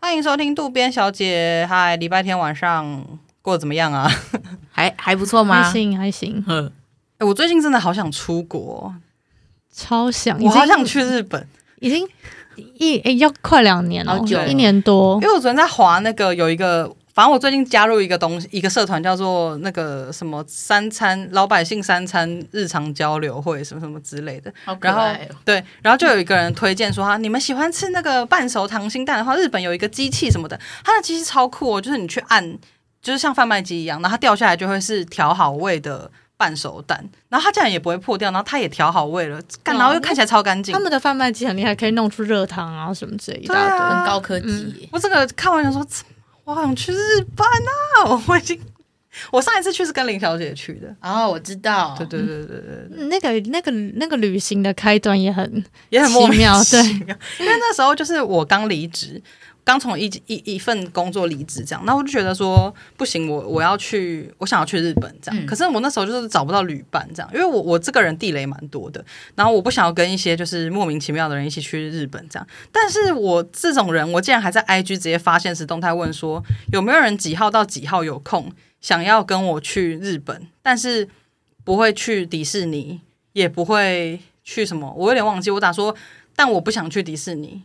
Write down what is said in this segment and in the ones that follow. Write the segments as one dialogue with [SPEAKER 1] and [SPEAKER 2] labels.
[SPEAKER 1] 欢迎收听渡边小姐。嗨，礼拜天晚上过得怎么样啊？
[SPEAKER 2] 还还不错
[SPEAKER 3] 还
[SPEAKER 2] 吗？
[SPEAKER 3] 行还行，
[SPEAKER 2] 嗯，
[SPEAKER 1] 哎我最近真的好想出国，
[SPEAKER 3] 超想，
[SPEAKER 1] 我好想
[SPEAKER 3] 已经，
[SPEAKER 1] 去日本，
[SPEAKER 3] 已经一诶要快两年了，
[SPEAKER 2] 好久
[SPEAKER 3] 一年多
[SPEAKER 1] 因，为我昨天在滑那个有一个，反正我最近加入一个东西，一个社团叫做那个什么三餐老百姓三餐日常交流会什么什么之类的。
[SPEAKER 2] 好可
[SPEAKER 1] 然后
[SPEAKER 2] 爱哦。
[SPEAKER 1] 对，然后就有一个人推荐说哈，啊你们喜欢吃那个半熟溏心蛋的话，日本有一个机器什么的，它的机器超酷哦，就是你去按，就是像贩卖机一样，然后它掉下来就会是调好味的半熟蛋，然后它竟然也不会破掉，然后它也调好味了，干，
[SPEAKER 3] 嗯
[SPEAKER 1] 然后又看起来超干净
[SPEAKER 3] 他。们的贩卖机很厉害，可以弄出热汤啊什么之类的一
[SPEAKER 1] 对
[SPEAKER 3] 大
[SPEAKER 1] 啊
[SPEAKER 3] 堆。
[SPEAKER 2] 很高科技耶，
[SPEAKER 1] 我这个看完就说，我好想去日本啊！我已经，我上一次去是跟林小姐去的，
[SPEAKER 2] 哦，我知道，
[SPEAKER 1] 对对对对对，
[SPEAKER 3] 那个、那个、那个旅行的开端也很
[SPEAKER 1] 也很莫名
[SPEAKER 3] 奇妙
[SPEAKER 1] 其妙。因为那时候就是我刚离职，刚从一一一份工作离职这样，那我就觉得说不行，我我要去，我想要去日本这样。
[SPEAKER 2] 嗯
[SPEAKER 1] 可是我那时候就是找不到旅伴这样，因为我我这个人地雷蛮多的，然后我不想要跟一些就是莫名其妙的人一起去日本这样。但是我这种人，我竟然还在 IG 直接发现实动态问说有没有人几号到几号有空，想要跟我去日本，但是不会去迪士尼，也不会去什么，我有点忘记。我打说，但我不想去迪士尼。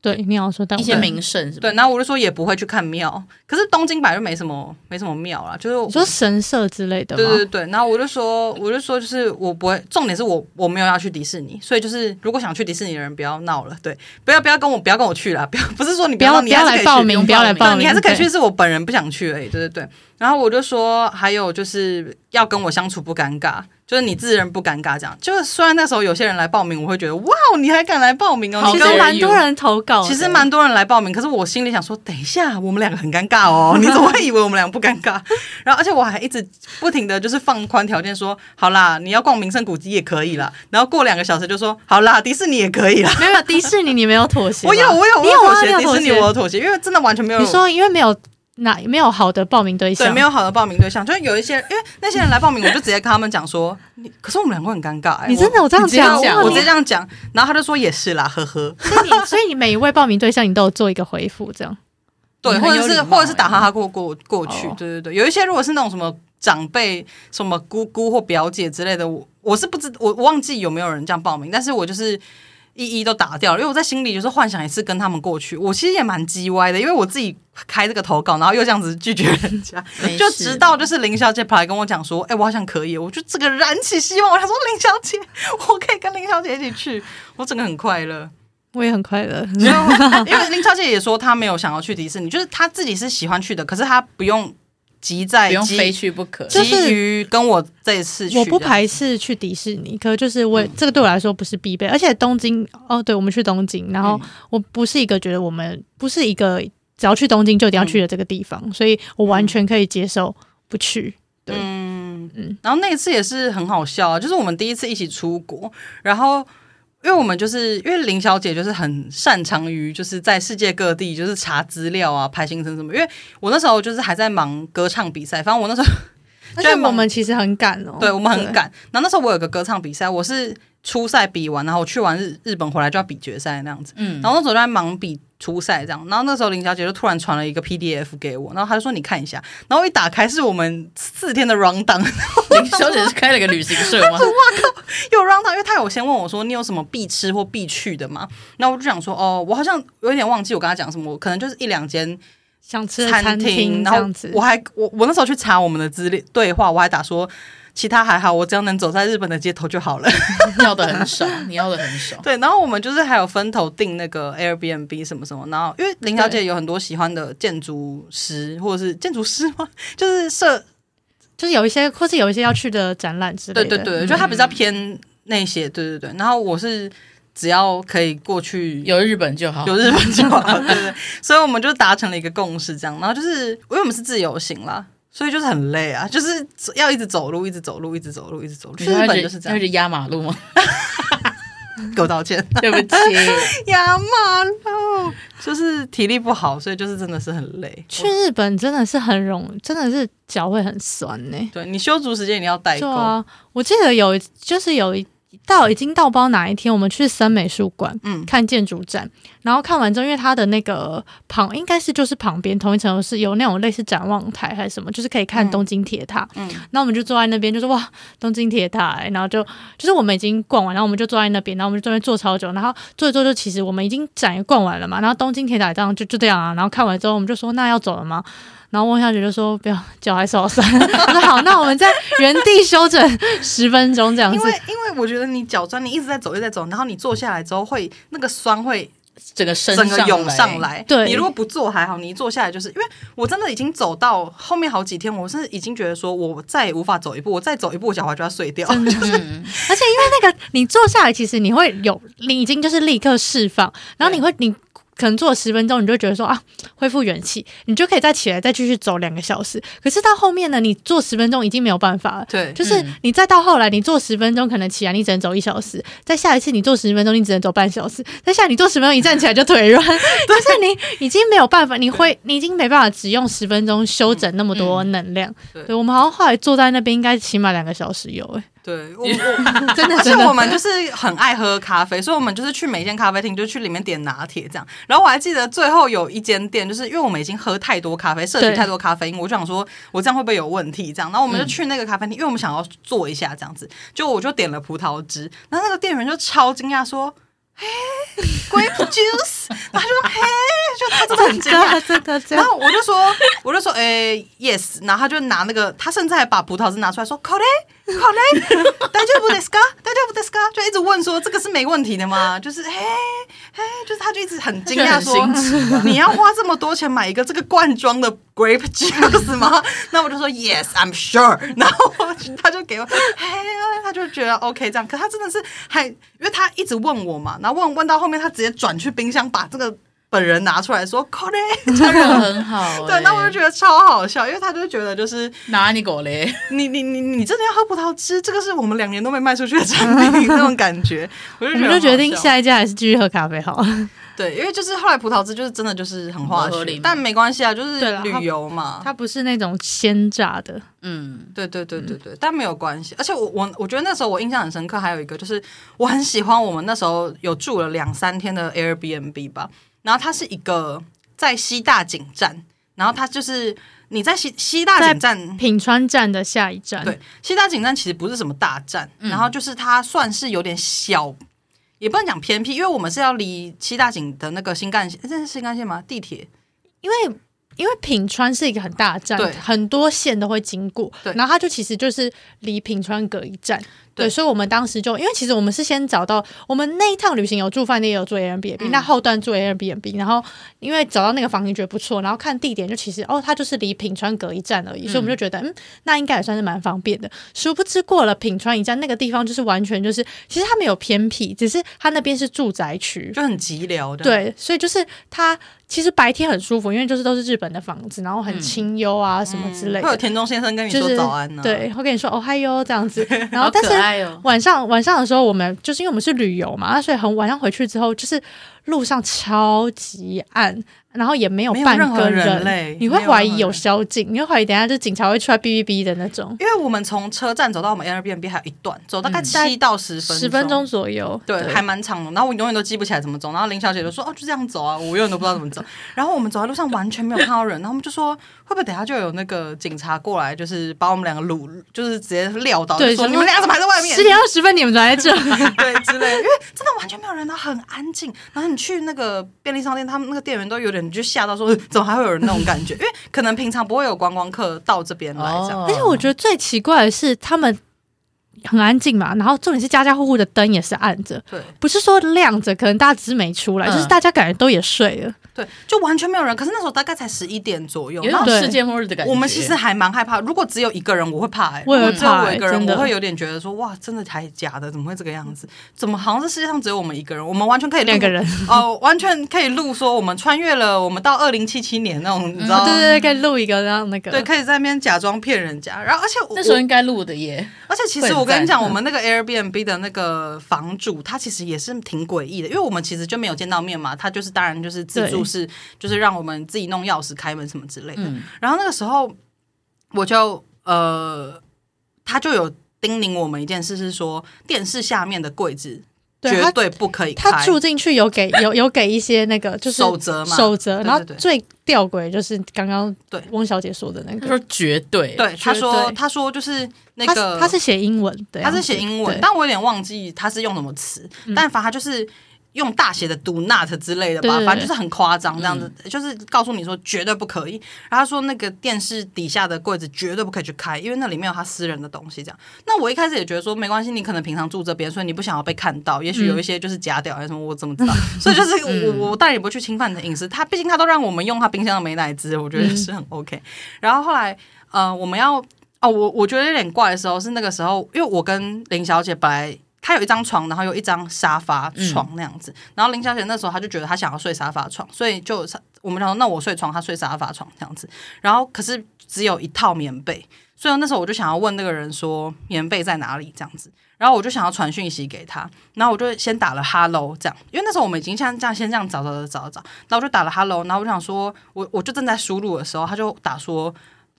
[SPEAKER 3] 对你要说，但
[SPEAKER 2] 一
[SPEAKER 3] 我
[SPEAKER 2] 些名胜是吧？
[SPEAKER 1] 对，然后我就说也不会去看庙，可是东京本来就没什么没什么庙啦，就是我
[SPEAKER 3] 你说神社之类的吗？
[SPEAKER 1] 对对对，然后我就说，我就说，就是我不会，重点是我我没有要去迪士尼，所以就是如果想去迪士尼的人不要闹了，对，不要不要跟我不要跟我去啦，不要不是说你
[SPEAKER 3] 不
[SPEAKER 1] 要
[SPEAKER 3] 要
[SPEAKER 1] 你
[SPEAKER 3] 不
[SPEAKER 1] 还
[SPEAKER 3] 要
[SPEAKER 1] 是可以
[SPEAKER 3] 来
[SPEAKER 1] 去
[SPEAKER 3] 报
[SPEAKER 2] 用
[SPEAKER 3] 名，不要
[SPEAKER 2] 报
[SPEAKER 3] 来
[SPEAKER 2] 名
[SPEAKER 3] 报名，
[SPEAKER 1] 你还是可以
[SPEAKER 3] 对
[SPEAKER 1] 去，。是我本人不想去而已，对对对。然后我就说，还有就是要跟我相处不尴尬，就是你自认不尴尬这样。就是虽然那时候有些人来报名，我会觉得哇，你还敢来报名哦，
[SPEAKER 2] 好
[SPEAKER 1] 你
[SPEAKER 3] 其
[SPEAKER 1] 跟
[SPEAKER 3] 实
[SPEAKER 1] 我
[SPEAKER 2] 跟
[SPEAKER 3] 蛮多人投稿的，
[SPEAKER 1] 其实蛮多人来报名，可是我心里想说，等一下我们两个很尴尬 哦，你怎么会以为我们俩不尴尬？然后而且我还一直不停的就是放宽条件说，好啦，你要逛名胜古迹也可以啦。然后过两个小时就说，好啦，迪士尼也可以 啦。
[SPEAKER 3] 没 有迪士尼，你没有妥协吗，
[SPEAKER 1] 我有我有我
[SPEAKER 3] 你有
[SPEAKER 1] 妥
[SPEAKER 3] 啊
[SPEAKER 1] 协，
[SPEAKER 3] 你
[SPEAKER 1] 迪
[SPEAKER 3] 有
[SPEAKER 1] 士尼我有妥协，因为真的完全没有
[SPEAKER 3] 你说因为没有哪没有好的报名对
[SPEAKER 1] 对，
[SPEAKER 3] 象，
[SPEAKER 1] 没有好的报名对象，就是有一些，因为那些人来报名，我就直接跟他们讲说，你可是我们两个很尴尬、欸，
[SPEAKER 3] 你真的有这样
[SPEAKER 1] 我直接
[SPEAKER 3] 讲
[SPEAKER 1] 我
[SPEAKER 3] 哇
[SPEAKER 1] 我直接
[SPEAKER 3] 你
[SPEAKER 1] 这样讲，然后他就说也是啦，呵呵，
[SPEAKER 3] 所 以你所以你每一位报名对象，你都有做一个回复，这样
[SPEAKER 1] 对，
[SPEAKER 2] 你
[SPEAKER 1] 或
[SPEAKER 2] 很
[SPEAKER 1] 者
[SPEAKER 2] 有
[SPEAKER 1] 是
[SPEAKER 2] 礼貌欸
[SPEAKER 1] 或者是打哈哈过过过去
[SPEAKER 3] 哦，
[SPEAKER 1] 对对对，有一些如果是那种什么长辈、什么姑姑或表姐之类的，我我是不知我我忘记有没有人这样报名，但是我就是。一一都打掉了，因为我在心里就是幻想一次跟他们过去，我其实也蛮叽歪的，因为我自己开这个投稿，然后又这样子拒绝人家，
[SPEAKER 2] 没事
[SPEAKER 1] 就直到就是林小姐跑来跟我讲说，哎、我好像可以，我就这个燃起希望，我想说林小姐， 我可以跟林小姐一起去，我整个很快乐。
[SPEAKER 3] 我也很快乐。
[SPEAKER 1] 因为我因为林小姐也说她没有想要去迪士尼，就是她自己是喜欢去的，可是她不用急在
[SPEAKER 2] 不用非
[SPEAKER 1] 急
[SPEAKER 2] 去不可。
[SPEAKER 3] 就是
[SPEAKER 1] 急于跟我这一次去这
[SPEAKER 3] 我
[SPEAKER 1] 样。嗯
[SPEAKER 3] 不排斥去迪士尼，可就是我、这个对我来说不是必备，而且东京哦，对我们去东京，
[SPEAKER 1] 嗯
[SPEAKER 3] 然后我不是一个觉得我们不是一个只要去东京就一定要去的这个地方，
[SPEAKER 1] 嗯
[SPEAKER 3] 所以我完全可以接受不去。对，
[SPEAKER 1] 然后那一次也是很好笑啊，就是我们第一次一起出国，然后因为我们就是因为林小姐就是很擅长于就是在世界各地就是查资料啊、排行程什么。因为我那时候就是还在忙歌唱比赛，反正我那时候
[SPEAKER 3] 而且我们其实很赶哦，
[SPEAKER 1] 对我们很。赶。然后那时候我有个歌唱比赛，我是初赛比完，然后我去完日日本回来就要比决赛那样子。
[SPEAKER 2] 嗯，
[SPEAKER 1] 然后那时候就在忙比初赛这样，然后那时候林小姐就突然传了一个 PDF 给我，然后她就说你看一下，然后我一打开是我们四天的 round down，
[SPEAKER 2] 林小姐是开了个旅行社 吗？
[SPEAKER 1] 有 round down，因为她有先问我说你有什么必吃或必去的吗？然后我就想说哦，我好像有点忘记我跟她讲什么，我可能就是一两间
[SPEAKER 3] 想吃的
[SPEAKER 1] 餐
[SPEAKER 3] 餐厅这
[SPEAKER 1] 然后
[SPEAKER 3] 样子，
[SPEAKER 1] 我还我我那时候去查我们的资料对话，我还打说。其他还好，我只要能走在日本的街头就好了。
[SPEAKER 2] 要的很少，你要的很少。
[SPEAKER 1] 对，然后我们就是还有分头订那个 Airbnb 什么什么，然后因为林小姐有很多喜欢的建筑师或者是建筑师吗？ 就是设
[SPEAKER 3] 就是有一些或是有一些要去的展览之类
[SPEAKER 1] 对嗯
[SPEAKER 3] 的。
[SPEAKER 1] 对对，就她比较偏那些，对对对。然后我是只要可以过去
[SPEAKER 2] 有日本就好，
[SPEAKER 1] 有日本就好，对对对。所以我们就达成了一个共识，这样。然后就是因为我们是自由行啦，所以就是很累啊，就是要一直走路，一直走路，一直走路，一直走路。去
[SPEAKER 2] 你说
[SPEAKER 1] 日
[SPEAKER 2] 她
[SPEAKER 1] 本
[SPEAKER 2] 一直
[SPEAKER 1] 就是这
[SPEAKER 2] 她一
[SPEAKER 1] 样，
[SPEAKER 2] 直压 马路吗？
[SPEAKER 1] 给我道歉。
[SPEAKER 2] 对不起，
[SPEAKER 1] 亚马路就是体力不好，所以就是真的是很累。
[SPEAKER 3] 去日本真的是很容，真的是脚会很酸呢、
[SPEAKER 1] 对你休足时间一定要代
[SPEAKER 3] 对啊
[SPEAKER 1] 购，
[SPEAKER 3] 啊，我记得有一，就是有一到已经到包哪一天，我们去森美术馆
[SPEAKER 1] 嗯，
[SPEAKER 3] 看建筑展，然后看完之后，因为它的那个旁应该是就是旁边同一层楼是有那种类似展望台还是什么，就是可以看
[SPEAKER 1] 嗯
[SPEAKER 3] 东京铁塔。
[SPEAKER 1] 嗯，
[SPEAKER 3] 那我们就坐在那边，就说哇，东京铁塔、欸，然后就就是我们已经逛完，然后我们就坐在那边，然后我们就在那边坐超久，然后坐一坐就其实我们已经展也逛完了嘛，然后东京铁塔这样就就这样啊，然后看完之后我们就说那要走了吗？然后汪小姐就说不要，脚还是好酸。 我说好，那我们在原地休整十分钟这样
[SPEAKER 1] 因
[SPEAKER 3] 子
[SPEAKER 1] 为。因为我觉得你脚酸，你一直在走，一直在走，然后你坐下来之后会那个酸会
[SPEAKER 2] 整个身
[SPEAKER 1] 整个涌上
[SPEAKER 2] 上，
[SPEAKER 1] 来。
[SPEAKER 3] 对
[SPEAKER 1] 你如果不坐还好，你一坐下来就是因为我真的已经走到后面好几天，我是已经觉得说我再也无法走一步，我再走一步我脚踝就要碎掉。
[SPEAKER 2] 嗯，
[SPEAKER 3] 而且因为那个你坐下来，其实你会有，你已经就是立刻释放，然后你会你。可能坐十分钟，你就会觉得说啊，恢复元气，你就可以再起来，再继续走两个小时。可是到后面呢，你坐十分钟已经没有办法 了，
[SPEAKER 1] 对，
[SPEAKER 3] 就是
[SPEAKER 2] 嗯
[SPEAKER 3] 你再到后来，你坐十分钟可能起来，你只能走一小时；再下一次你坐十分钟，你只能走半小时；再下来你坐十分钟，一站起来就腿软，就是你已经没有办法，你会你已经没办法只用十分钟修整那么多能量。
[SPEAKER 1] 对
[SPEAKER 3] 对，我们好像后来坐在那边，应该起码两个小时有、欸，
[SPEAKER 1] 对 我我真的，而且我们就是很爱喝咖啡，所以我们就是去每一间咖啡厅就去里面点拿铁这样。然后我还记得最后有一间店，就是因为我们已经喝太多咖啡，摄取
[SPEAKER 3] 对
[SPEAKER 1] 太多咖啡因，我就想说我这样会不会有问题这样。然后我们就去那个咖啡厅，因为我们想要做一下这样子，就我就点了葡萄汁，然后那个店员就超惊讶说。嘿 grape juice，他说嘿，就他真的很惊讶，
[SPEAKER 3] 真的这
[SPEAKER 1] 然。后我就说，我就说，诶 y e s 然后他就拿那个，他甚至还把葡萄汁拿出来说，これこ れ，大丈夫ですか？大丈夫ですか？就一直问说，这个是没问题的吗？就是嘿嘿，就是他就一直很惊讶说
[SPEAKER 2] 就很新奇，
[SPEAKER 1] 你要花这么多钱买一个这个罐装的 grape juice 吗？那我就说 Yes，I'm sure。然 后他就给我，嘿，他就觉得 OK 这样。可他真的是还，因为他一直问我嘛，然后问问到后面，他直接转去冰箱把这个。本人拿出来说 c o l e
[SPEAKER 2] 他人很 好，欸
[SPEAKER 3] 哎
[SPEAKER 1] 对，那我就
[SPEAKER 2] 得
[SPEAKER 1] 觉得超好笑，因为他就觉得就是
[SPEAKER 2] 拿你狗嘞，
[SPEAKER 1] 你你你你真的要喝葡萄汁，这个是我们两年都没卖出去的产品那种感觉，我就
[SPEAKER 3] 我
[SPEAKER 1] 觉得
[SPEAKER 3] 们
[SPEAKER 1] 很好
[SPEAKER 3] 就决定
[SPEAKER 1] 笑
[SPEAKER 3] 下一家还是继续喝咖啡好了。
[SPEAKER 1] 对，因为就是后来葡萄汁就是真的就是很化
[SPEAKER 2] 不合理
[SPEAKER 1] 学
[SPEAKER 2] 嘛，
[SPEAKER 1] 但没关系啊，就是
[SPEAKER 3] 对啦它
[SPEAKER 1] 旅游嘛，
[SPEAKER 3] 它不是那种鲜榨的，
[SPEAKER 2] 嗯，
[SPEAKER 1] 对对对对对，但没有关系。而且我我我觉得那时候我印象很深刻，还有一个就是我很喜欢我们那时候有住了两三天的 Airbnb 吧，然后它是一个在西大井站，然后它就是你在西西大
[SPEAKER 3] 在
[SPEAKER 1] 井站
[SPEAKER 3] 品川站的下一站。
[SPEAKER 1] 对，西大景站其实不是什么大站，
[SPEAKER 2] 嗯
[SPEAKER 1] 然后就是它算是有点小，也不能讲偏僻，因为我们是要离西大景的那个新干线，诶这是新干线吗？地铁
[SPEAKER 3] 因为因为品川是一个很大的站
[SPEAKER 1] 对，
[SPEAKER 3] 很多线都会经过，
[SPEAKER 1] 对
[SPEAKER 3] 然后它就其实就是离品川隔一站，
[SPEAKER 1] 对
[SPEAKER 3] 对，所以我们当时就因为其实我们是先找到我们那一趟旅行有住饭店，也有住 Airbnb，、
[SPEAKER 1] 嗯
[SPEAKER 3] 那后段住 Airbnb，然后因为找到那个房型觉得不错，然后看地点就其实哦，它就是离品川隔一站而已，所以我们就觉得嗯，那应该也算是蛮方便的。殊不知过了品川一站，那个地方就是完全就是其实它没有偏僻，只是它那边是住宅区，
[SPEAKER 1] 就很寂寥的，，
[SPEAKER 3] 对，所以就是它其实白天很舒服，因为就是都是日本的房子，然后很清幽啊、什么之类
[SPEAKER 1] 会有
[SPEAKER 3] 的，
[SPEAKER 1] 田中先生跟你
[SPEAKER 3] 就
[SPEAKER 1] 说
[SPEAKER 3] 是
[SPEAKER 1] 早安呢、
[SPEAKER 3] 对，会跟你说哦嗨哟 这样子。然
[SPEAKER 2] 好
[SPEAKER 3] 后但
[SPEAKER 2] 可
[SPEAKER 3] 是
[SPEAKER 2] 爱哦，
[SPEAKER 3] 晚上晚上的时候，我们就是因为我们是旅游嘛，所以很晚上回去之后，就是路上超级暗，然后也没有
[SPEAKER 1] 没有
[SPEAKER 3] 半
[SPEAKER 1] 任何
[SPEAKER 3] 个
[SPEAKER 1] 人
[SPEAKER 3] 人，
[SPEAKER 1] 类
[SPEAKER 3] 你
[SPEAKER 1] 没
[SPEAKER 3] 会
[SPEAKER 1] 有
[SPEAKER 3] 怀
[SPEAKER 1] 任何
[SPEAKER 3] 疑有
[SPEAKER 1] 人
[SPEAKER 3] 宵禁，你会怀疑等一下就警察会出来哔哔哔的那种，
[SPEAKER 1] 因为我们从车站走到我们 Airbnb 还有一段，走大概
[SPEAKER 2] 嗯
[SPEAKER 1] 七到十分
[SPEAKER 3] 十分钟。左右，
[SPEAKER 1] 对，还蛮长的。然后我永远都记不起来怎么走。然后林小姐就说：“哦，就这样走啊，我永远都不知道怎么走。” 然后我们走在路上完全没有看到人，然后我们就说：“会不会等下就有那个警察过来，就是把我们两个掳，就是直接撂倒，
[SPEAKER 3] 对
[SPEAKER 1] 就说
[SPEAKER 3] 想
[SPEAKER 1] 你们
[SPEAKER 3] 说
[SPEAKER 1] 俩怎么还在外面？
[SPEAKER 3] 十点二十分你们才在这，
[SPEAKER 1] 对之类的，因为真的完全没有人，然后很安静。然后你去那个便利商店，他们那个店员都有点你就吓到说，呃怎么还会有人那种感觉？因为可能平常不会有观光客到这边来
[SPEAKER 2] 哦
[SPEAKER 1] 这样。
[SPEAKER 3] 而且我觉得最奇怪的是，他们很安静嘛，然后重点是家家户户的灯也是暗着，
[SPEAKER 1] 对
[SPEAKER 3] 不是说亮着，可能大家只是没出来，
[SPEAKER 2] 嗯
[SPEAKER 3] 就是大家感觉都也睡了。
[SPEAKER 1] 对，就完全没有人。可是那时候大概才十一点左右，
[SPEAKER 2] 有一
[SPEAKER 1] 然
[SPEAKER 2] 种
[SPEAKER 1] 后
[SPEAKER 3] 对
[SPEAKER 2] 世界末日的感觉，
[SPEAKER 1] 我们其实还蛮害怕。如果只有一个人，我会怕、欸。
[SPEAKER 3] 我也会
[SPEAKER 1] 如果只有
[SPEAKER 3] 怕
[SPEAKER 1] 我一个人，
[SPEAKER 3] 真的
[SPEAKER 1] 我会有点觉得说，哇，真的还假的？怎么会这个样子？怎么好像这世界上只有我们一个人？我们完全可以录
[SPEAKER 3] 两个人，
[SPEAKER 1] 哦、完全可以录说我们穿越了，我们到二零七七年那种，你知道吗？
[SPEAKER 2] 哦
[SPEAKER 3] 对对对，可以录一个，然后那个
[SPEAKER 1] 对，可以在那边假装骗人家，然后而且我
[SPEAKER 2] 那时候应该录的耶，
[SPEAKER 1] 而且其
[SPEAKER 2] 会
[SPEAKER 1] 实
[SPEAKER 2] 很
[SPEAKER 1] 我跟你讲，
[SPEAKER 2] 赞
[SPEAKER 1] 我们那个 Airbnb 的那个房主，他其实也是挺诡异的，因为我们其实就没有见到面嘛，他就是当然就是自助
[SPEAKER 3] 对
[SPEAKER 1] 式，就是让我们自己弄钥匙开门什么之类的。
[SPEAKER 2] 嗯
[SPEAKER 1] 然后那个时候我就呃，他就有叮咛我们一件事，是说电视下面的柜子
[SPEAKER 3] 对
[SPEAKER 1] 绝
[SPEAKER 3] 他
[SPEAKER 1] 对不可以开。
[SPEAKER 3] 他住进去有给有有给一些那个就是
[SPEAKER 1] 守则嘛
[SPEAKER 3] 守则，
[SPEAKER 1] 对
[SPEAKER 3] 然后
[SPEAKER 1] 对对
[SPEAKER 3] 最吊诡的就是刚刚
[SPEAKER 1] 对
[SPEAKER 3] 翁小姐说的那
[SPEAKER 2] 他
[SPEAKER 3] 个，
[SPEAKER 2] 说绝对，
[SPEAKER 1] 对，他
[SPEAKER 3] 绝
[SPEAKER 1] 说
[SPEAKER 3] 对
[SPEAKER 1] 他说就是那
[SPEAKER 3] 他
[SPEAKER 1] 个
[SPEAKER 3] 是他是写英文的样
[SPEAKER 1] 他
[SPEAKER 3] 子，
[SPEAKER 1] 是写英文
[SPEAKER 3] 对，嗯
[SPEAKER 1] 但我有点忘记他是用什么词，但反正他就是。用大写的 “do not” 之类的
[SPEAKER 3] 对
[SPEAKER 1] 吧
[SPEAKER 3] 对，对嗯
[SPEAKER 1] 反正就是很夸张这样子，就是告诉你说绝对不可以。然后他说那个电视底下的柜子绝对不可以去开，因为那里面有他私人的东西。这样，那我一开始也觉得说没关系，你可能平常住这边，所以你不想要被看到，也许有一些就是假屌还是什么，我怎么知 道？所以就是
[SPEAKER 3] 嗯
[SPEAKER 1] 我我当然也不会去侵犯你的隐私。他毕竟他都让我们用他冰箱的美乃滋，我觉得
[SPEAKER 3] 嗯
[SPEAKER 1] 是很 OK。然后后来呃，我们要哦，我我觉得有点怪的时候是那个时候，因为我跟林小姐本来她有一张床，然后有一张沙发床那样子，然后林小姐那时候她就觉得她想要睡沙发床，所以就我们想说那我睡床，她睡沙发床这样子，然后可是只有一套棉被，所以那时候我就想要问那个人说棉被在哪里这样子。然后我就想要传讯息给他，然后我就先打了 hello 这样，因为那时候我们已经像这样先这样找找找找找，然后我就打了 hello，然后我就想说，我我就正在输入的时候，他就打说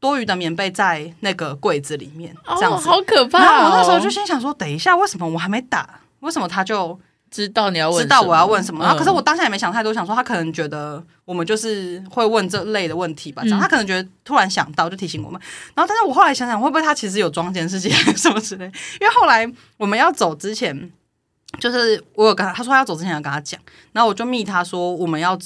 [SPEAKER 1] 多余的棉被在那个柜子里面，
[SPEAKER 2] 哦
[SPEAKER 1] 这样，子。
[SPEAKER 2] 好可怕、哦！
[SPEAKER 1] 然后我那时候就心想说，等一下，为什么我还没打？为什么他就
[SPEAKER 2] 知道你要问，
[SPEAKER 1] 知道我要问什么？然后可是我
[SPEAKER 2] 嗯
[SPEAKER 1] 当下也没想太多，想说他可能觉得我们就是会问这类的问题吧，这样、
[SPEAKER 3] 嗯
[SPEAKER 1] 他可能觉得突然想到就提醒我们。然后，但是我后来想想，会不会他其实有装监视器什么之类？因为后来我们要走之前，就是我有跟他，他说他要走之前要跟他讲，然后我就密他说我们要。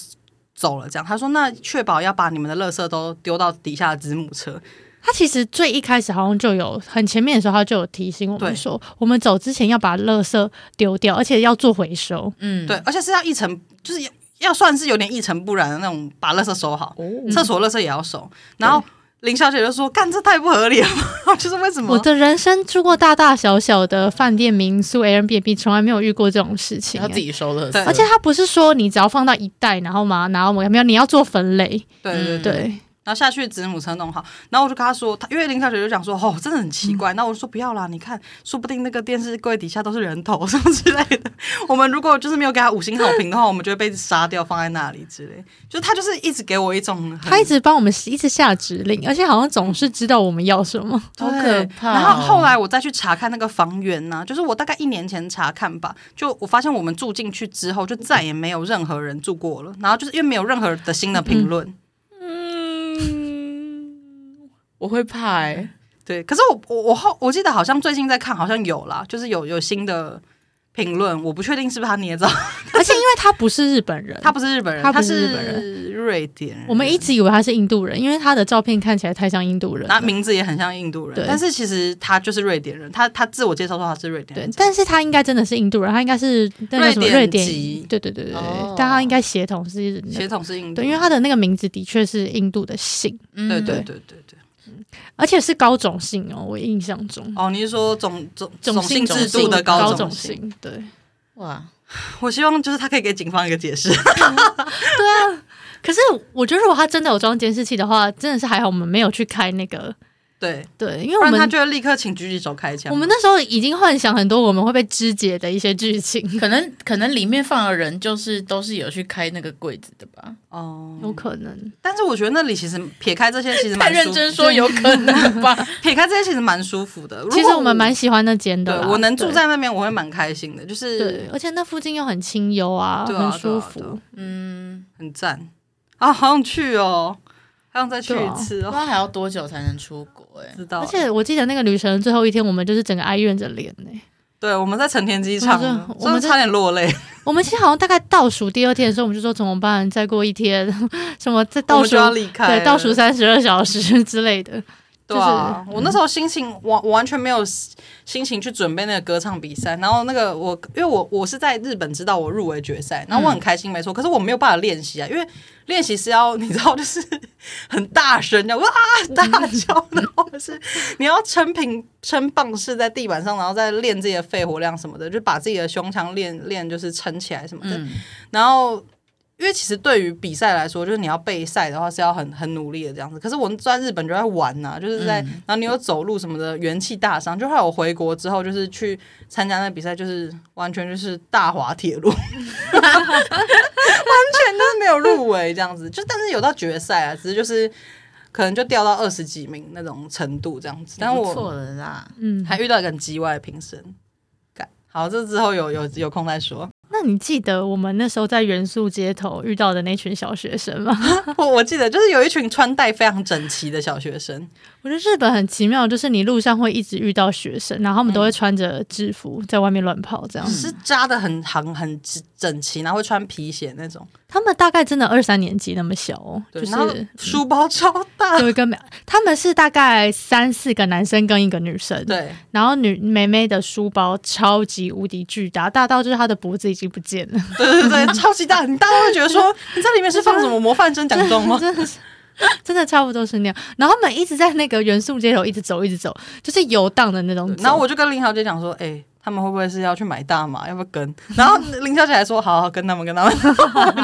[SPEAKER 1] 走了，这样他说，那确保要把你们的垃圾都丢到底下的子母车。
[SPEAKER 3] 他其实最一开始好像就有很前面的时候，他就有提醒我
[SPEAKER 1] 对
[SPEAKER 3] 们说，我们走之前要把垃圾丢掉，而且要做回收。
[SPEAKER 2] 嗯
[SPEAKER 1] 对，而且是要一尘，就是要要算是有点一尘不染的那种，把垃圾收好。
[SPEAKER 2] 哦
[SPEAKER 1] 厕所垃圾也要收。然后林小姐就说：“干，这太不合理了 吧，就是为什
[SPEAKER 3] 我
[SPEAKER 1] 么？
[SPEAKER 3] 的人生住过大大小小的饭店、民宿、Airbnb，从来没有遇过这种事情、
[SPEAKER 2] 要自
[SPEAKER 3] 欸
[SPEAKER 2] 己收了，
[SPEAKER 1] 对
[SPEAKER 3] 而且他不是说你只要放到一袋，然后嘛，然后我没有，你要做分类。
[SPEAKER 1] 对
[SPEAKER 2] 嗯
[SPEAKER 1] 对对。
[SPEAKER 3] 对，
[SPEAKER 1] 然后下去子母车弄好，然后我就跟她说，她因为林小姐就讲说：“哦，真的很奇怪。那我就说：“不要啦，你看，说不定那个电视柜底下都是人头 什么之类的。我们如果就是没有给她五星好评的话，我们就会被杀掉，放在那里之类。”就她就是一直给我一种很
[SPEAKER 3] 他一直帮我们一直下指令，而且好像总是知道我们要什么。
[SPEAKER 2] 好
[SPEAKER 1] 对
[SPEAKER 2] 可怕哦
[SPEAKER 1] 然后后来我再去查看那个房源呢、就是我大概一年前查看吧，就我发现我们住进去之后，就再也没有任何人住过了。然后就是因为没有任何的新的评论，
[SPEAKER 3] 嗯
[SPEAKER 2] 我会怕哎、欸，
[SPEAKER 1] 对。可是我我我后我记得好像最近在看，好像有啦，就是有有新的评论，我不确定是不是他捏造，
[SPEAKER 3] 而且因为他不是日本人，
[SPEAKER 1] 他不是日本人，
[SPEAKER 3] 他不
[SPEAKER 1] 他
[SPEAKER 3] 是
[SPEAKER 1] 是
[SPEAKER 3] 日本人
[SPEAKER 1] 瑞典人。
[SPEAKER 3] 我们一直以为他是印度人，因为他的照片看起来太像印度人了。
[SPEAKER 1] 那名字也很像印度人
[SPEAKER 3] 对，
[SPEAKER 1] 但是其实他就是瑞典人，他他自我介绍说他是瑞典
[SPEAKER 3] 对
[SPEAKER 1] 人，，
[SPEAKER 3] 但是他应该真的是印度人，他应该是那叫什么
[SPEAKER 1] 瑞典
[SPEAKER 3] 瑞典
[SPEAKER 1] 籍
[SPEAKER 3] 对对对对对，
[SPEAKER 2] 哦
[SPEAKER 3] 但他应该血统是、那
[SPEAKER 1] 血
[SPEAKER 3] 个，
[SPEAKER 1] 统是印度
[SPEAKER 3] 对，
[SPEAKER 1] 人，
[SPEAKER 3] 因为他的那个名字的确是印度的姓，
[SPEAKER 2] 嗯
[SPEAKER 1] 对对对对对。
[SPEAKER 3] 而且是高种姓哦，我印象中
[SPEAKER 1] 哦，你是说种种种
[SPEAKER 3] 姓
[SPEAKER 1] 姓
[SPEAKER 3] 种
[SPEAKER 1] 制度的
[SPEAKER 3] 高
[SPEAKER 1] 高
[SPEAKER 3] 种
[SPEAKER 1] 种？
[SPEAKER 3] 姓，对
[SPEAKER 2] 哇，
[SPEAKER 1] 我希望就是他可以给警方一个解释。
[SPEAKER 3] 对啊。可是我觉得，如果他真的有装监视器的话，真的是还好我们没有去开那个，
[SPEAKER 1] 对，
[SPEAKER 3] 对，因为
[SPEAKER 1] 不
[SPEAKER 3] 我
[SPEAKER 1] 然他
[SPEAKER 3] 们
[SPEAKER 1] 就会立刻请狙击手开枪。
[SPEAKER 3] 我们那时候已经幻想很多我们会被肢解的一些剧
[SPEAKER 1] 嗯
[SPEAKER 3] 情，
[SPEAKER 2] 可能可能里面放的人就是都是有去开那个柜子的吧？
[SPEAKER 1] 哦，
[SPEAKER 3] 有可能
[SPEAKER 1] 但是我觉得那里其实撇开这些，其实
[SPEAKER 2] 太
[SPEAKER 1] 蛮舒
[SPEAKER 2] 认真说有可能吧？
[SPEAKER 1] 撇开这些其实蛮舒服的。如果
[SPEAKER 3] 其实我们蛮喜欢那间
[SPEAKER 1] 对
[SPEAKER 3] 的啦，
[SPEAKER 1] 我能住
[SPEAKER 3] 对
[SPEAKER 1] 在那边，我会蛮开心的，就是
[SPEAKER 3] 对，而且那附近又很清幽啊，
[SPEAKER 1] 对啊
[SPEAKER 3] 很舒服。
[SPEAKER 1] 对啊对啊
[SPEAKER 2] 嗯，
[SPEAKER 1] 很赞啊，好想去哦，好想再去
[SPEAKER 3] 对
[SPEAKER 1] 一
[SPEAKER 3] 啊
[SPEAKER 1] 次
[SPEAKER 2] 不知
[SPEAKER 1] 哦。
[SPEAKER 2] 道还要多久才能出国、欸？
[SPEAKER 1] 知道，
[SPEAKER 3] 而且我记得那个旅程的最后一天，我们就是整个哀怨着脸呢、
[SPEAKER 1] 对我们在成田机场
[SPEAKER 3] 我们这，我
[SPEAKER 1] 真
[SPEAKER 3] 们
[SPEAKER 1] 的
[SPEAKER 3] 这
[SPEAKER 1] 差点落泪。
[SPEAKER 3] 我们其实好像大概倒数第二天的时候，我们就说怎么办？再过一天， 什么再
[SPEAKER 1] 我
[SPEAKER 3] 倒
[SPEAKER 1] 们就
[SPEAKER 3] 数
[SPEAKER 1] 要离开了，
[SPEAKER 3] 对倒数三十二小时之类的。
[SPEAKER 1] 对啊，我那时候心情完完全没有心情去准备那个歌唱比赛，然后那个我因为我我是在日本知道我入围决赛，然后我很开心没错，可是我没有办法练习啊，因为练习是要你知道就是很大声的哇大叫，然后是你要撑平撑棒式在地板上，然后再练自己的肺活量什么的，就把自己的胸腔练练就是撑起来什么的，
[SPEAKER 2] 嗯，
[SPEAKER 1] 然后。因为其实对于比赛来说，就是你要备赛的话是要很很努力的这样子。可是我在日本就在玩呐、就是在、
[SPEAKER 2] 嗯
[SPEAKER 1] 然后你有走路什么的，元气大伤。就后来我回国之后，就是去参加那比赛，就是完全就是大滑铁 路，完全就是没有入围这样子。就但是有到决赛啊，只是就是可能就掉到二十几名那种程度这样子。但
[SPEAKER 2] 也不
[SPEAKER 1] 我
[SPEAKER 2] 错了啦，
[SPEAKER 3] 嗯，
[SPEAKER 1] 还遇到一个很叽歪的评审，干好，这之后有有有空再说。
[SPEAKER 3] 那你记得我们那时候在元素街头遇到的那群小学生吗？
[SPEAKER 1] 我 我记得就是有一群穿戴非常整齐的小学生，
[SPEAKER 3] 我觉得日本很奇妙，就是你路上会一直遇到学生，然后他们都会穿着制服在外面乱跑，这样。
[SPEAKER 1] 是扎的很行很整整齐，然后会穿皮鞋那种，
[SPEAKER 3] 他们大概真的二三年级那么小哦，
[SPEAKER 1] 对，
[SPEAKER 3] 就
[SPEAKER 1] 然后
[SPEAKER 3] 是嗯
[SPEAKER 1] 书包超大，
[SPEAKER 3] 有一个妹，他们是大概三四个男生跟一个女生，
[SPEAKER 1] 对，
[SPEAKER 3] 然后女妹妹的书包超级无敌巨大，大到就是她的脖子已经不见了，
[SPEAKER 1] 对对对，超级大，你大家会觉得说你这里面是放什么模范生奖状吗？
[SPEAKER 3] 真的是。真的差不多是那样，然后他们一直在那个元素街头一直走，一直走，就是游荡的那种走。
[SPEAKER 1] 然后我就跟林小姐讲说，哎、他们会不会是要去买大麻？要不要跟？然后林小姐还说，好好跟他们，跟他们。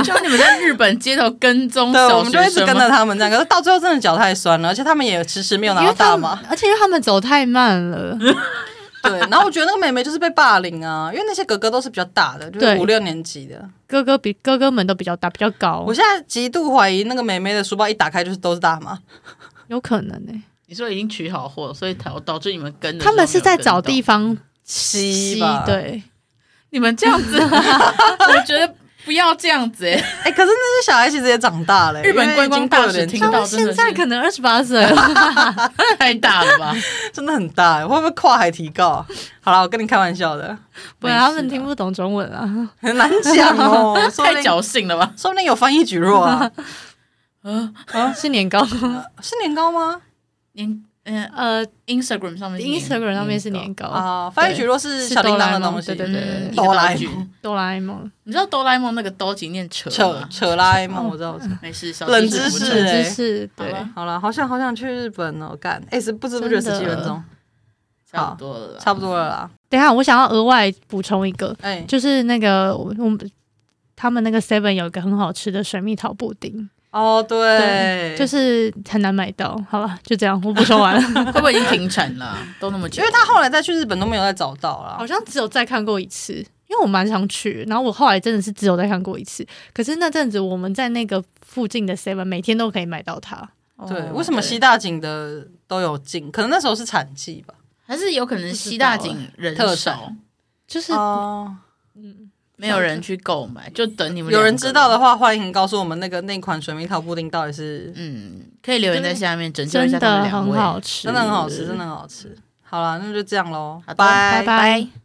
[SPEAKER 2] 就你们在日本街头跟踪
[SPEAKER 1] 对，我
[SPEAKER 2] 小
[SPEAKER 1] 们就
[SPEAKER 2] 学
[SPEAKER 1] 一直
[SPEAKER 2] 生
[SPEAKER 1] 跟
[SPEAKER 2] 吗
[SPEAKER 1] 着他们这样。可是到最后真的脚太酸了，而且他们也迟迟没有拿
[SPEAKER 3] 因
[SPEAKER 1] 到
[SPEAKER 3] 为
[SPEAKER 1] 大
[SPEAKER 3] 他
[SPEAKER 1] 麻
[SPEAKER 3] 们。，而且因为他们走太慢了，
[SPEAKER 1] 对，然后我觉得那个妹妹就是被霸凌啊，因为那些哥哥都是比较大的，就是
[SPEAKER 3] 对
[SPEAKER 1] 五六年级的。
[SPEAKER 3] 哥哥比哥哥们都比较大，比较高
[SPEAKER 1] 我，现在极度怀疑那个妹妹的书包一打开就是都是大麻。
[SPEAKER 3] 有可能呢、欸
[SPEAKER 2] 你说已经取好货，所以导导致你们跟的时
[SPEAKER 3] 他
[SPEAKER 2] 候
[SPEAKER 3] 们是在找
[SPEAKER 2] 没
[SPEAKER 3] 地
[SPEAKER 2] 有跟到，
[SPEAKER 3] 方
[SPEAKER 1] 吸
[SPEAKER 3] 吸
[SPEAKER 1] 吧，
[SPEAKER 3] 对，
[SPEAKER 2] 你们这样子， 我觉得不要这样子哎、
[SPEAKER 1] 哎、可是那些小孩其实也长大了、欸
[SPEAKER 2] 日本观光大
[SPEAKER 1] 因为
[SPEAKER 2] 使听
[SPEAKER 1] 已经过了点
[SPEAKER 3] 他
[SPEAKER 2] 到
[SPEAKER 3] 们
[SPEAKER 2] 真的
[SPEAKER 3] 现
[SPEAKER 2] 是
[SPEAKER 3] 在可能二十八岁了，
[SPEAKER 2] 太大了吧？
[SPEAKER 1] 真的很大、欸会不会跨海提高啊？好了，我跟你开玩笑的，
[SPEAKER 3] 不然他
[SPEAKER 2] 没事
[SPEAKER 3] 们
[SPEAKER 2] 的
[SPEAKER 3] 听不懂中文啊。
[SPEAKER 1] 很难讲哦、说不
[SPEAKER 2] 太
[SPEAKER 1] 定
[SPEAKER 2] 侥幸了吧？
[SPEAKER 1] 说不定有翻译举弱 啊。
[SPEAKER 3] 哦是年糕，
[SPEAKER 1] 是年糕吗？
[SPEAKER 2] 年嗯、
[SPEAKER 3] 呃
[SPEAKER 2] Instagram 上面是年
[SPEAKER 3] ，Instagram 上面是年糕，
[SPEAKER 1] 啊，翻译举弱是
[SPEAKER 3] 哦是
[SPEAKER 1] 小叮
[SPEAKER 3] 哆啦
[SPEAKER 1] 当
[SPEAKER 3] A
[SPEAKER 1] 的
[SPEAKER 3] 梦，
[SPEAKER 1] 东西
[SPEAKER 3] 对，对对
[SPEAKER 2] 嗯
[SPEAKER 3] 对，
[SPEAKER 2] 一个
[SPEAKER 1] 哆啦 A
[SPEAKER 2] 道具
[SPEAKER 1] 梦
[SPEAKER 3] 哆啦 A 梦，
[SPEAKER 2] 你知道哆啦 A 梦那个兜几念扯
[SPEAKER 1] 扯
[SPEAKER 2] 吗？
[SPEAKER 1] 扯啦 A
[SPEAKER 3] 哦
[SPEAKER 1] 梦，我知道。我知道
[SPEAKER 2] 没事，小
[SPEAKER 1] 冷知
[SPEAKER 2] 知识
[SPEAKER 1] 识
[SPEAKER 2] 补充
[SPEAKER 1] 欸
[SPEAKER 3] 知识
[SPEAKER 2] 好
[SPEAKER 3] 对
[SPEAKER 2] 吧。
[SPEAKER 1] 好了，好想好想去日本哦，干哎，是不知不觉十
[SPEAKER 3] 真的
[SPEAKER 1] 七分钟，
[SPEAKER 2] 差不多了啦。
[SPEAKER 1] 差不多了啦。
[SPEAKER 3] 等一下，我想要额外补充一个，
[SPEAKER 1] 哎，
[SPEAKER 3] 就是那个我我们他们那个 Seven 有一个很好吃的水蜜桃布丁，
[SPEAKER 1] 哦对
[SPEAKER 3] 对，就是很难买到。好了，就这样，我补充完了。
[SPEAKER 2] 会不会已经停产了？ 都那么
[SPEAKER 1] 因
[SPEAKER 2] 久了，
[SPEAKER 1] 为他后来再去日本都没有再找到啦
[SPEAKER 3] 好。像只有再看过一次，因为我蛮常去，然后我后来真的是只有再看过一次。可是那阵子我们在那个附近的 Seven 每天都可以买到它，
[SPEAKER 1] 对，
[SPEAKER 2] 哦
[SPEAKER 1] 为什么
[SPEAKER 2] 对
[SPEAKER 1] 西大井的都有进？可能那时候是产季吧。
[SPEAKER 2] 还是有可能西大井人
[SPEAKER 1] 特
[SPEAKER 2] 少，
[SPEAKER 3] 就是、
[SPEAKER 1] 哦，
[SPEAKER 2] 没有人去购买，就等你们
[SPEAKER 1] 有人
[SPEAKER 2] 两个
[SPEAKER 1] 知道的话，欢迎告诉我们那个那款水蜜桃布丁到底是
[SPEAKER 2] 嗯，可以留言在下面拯救一
[SPEAKER 3] 真
[SPEAKER 2] 下他
[SPEAKER 3] 的
[SPEAKER 2] 们两
[SPEAKER 3] 很
[SPEAKER 2] 位。
[SPEAKER 3] 好吃，
[SPEAKER 1] 真的很好吃，真的很好吃。好啦，那就这样喽
[SPEAKER 2] 好的，
[SPEAKER 1] 拜
[SPEAKER 3] 拜拜。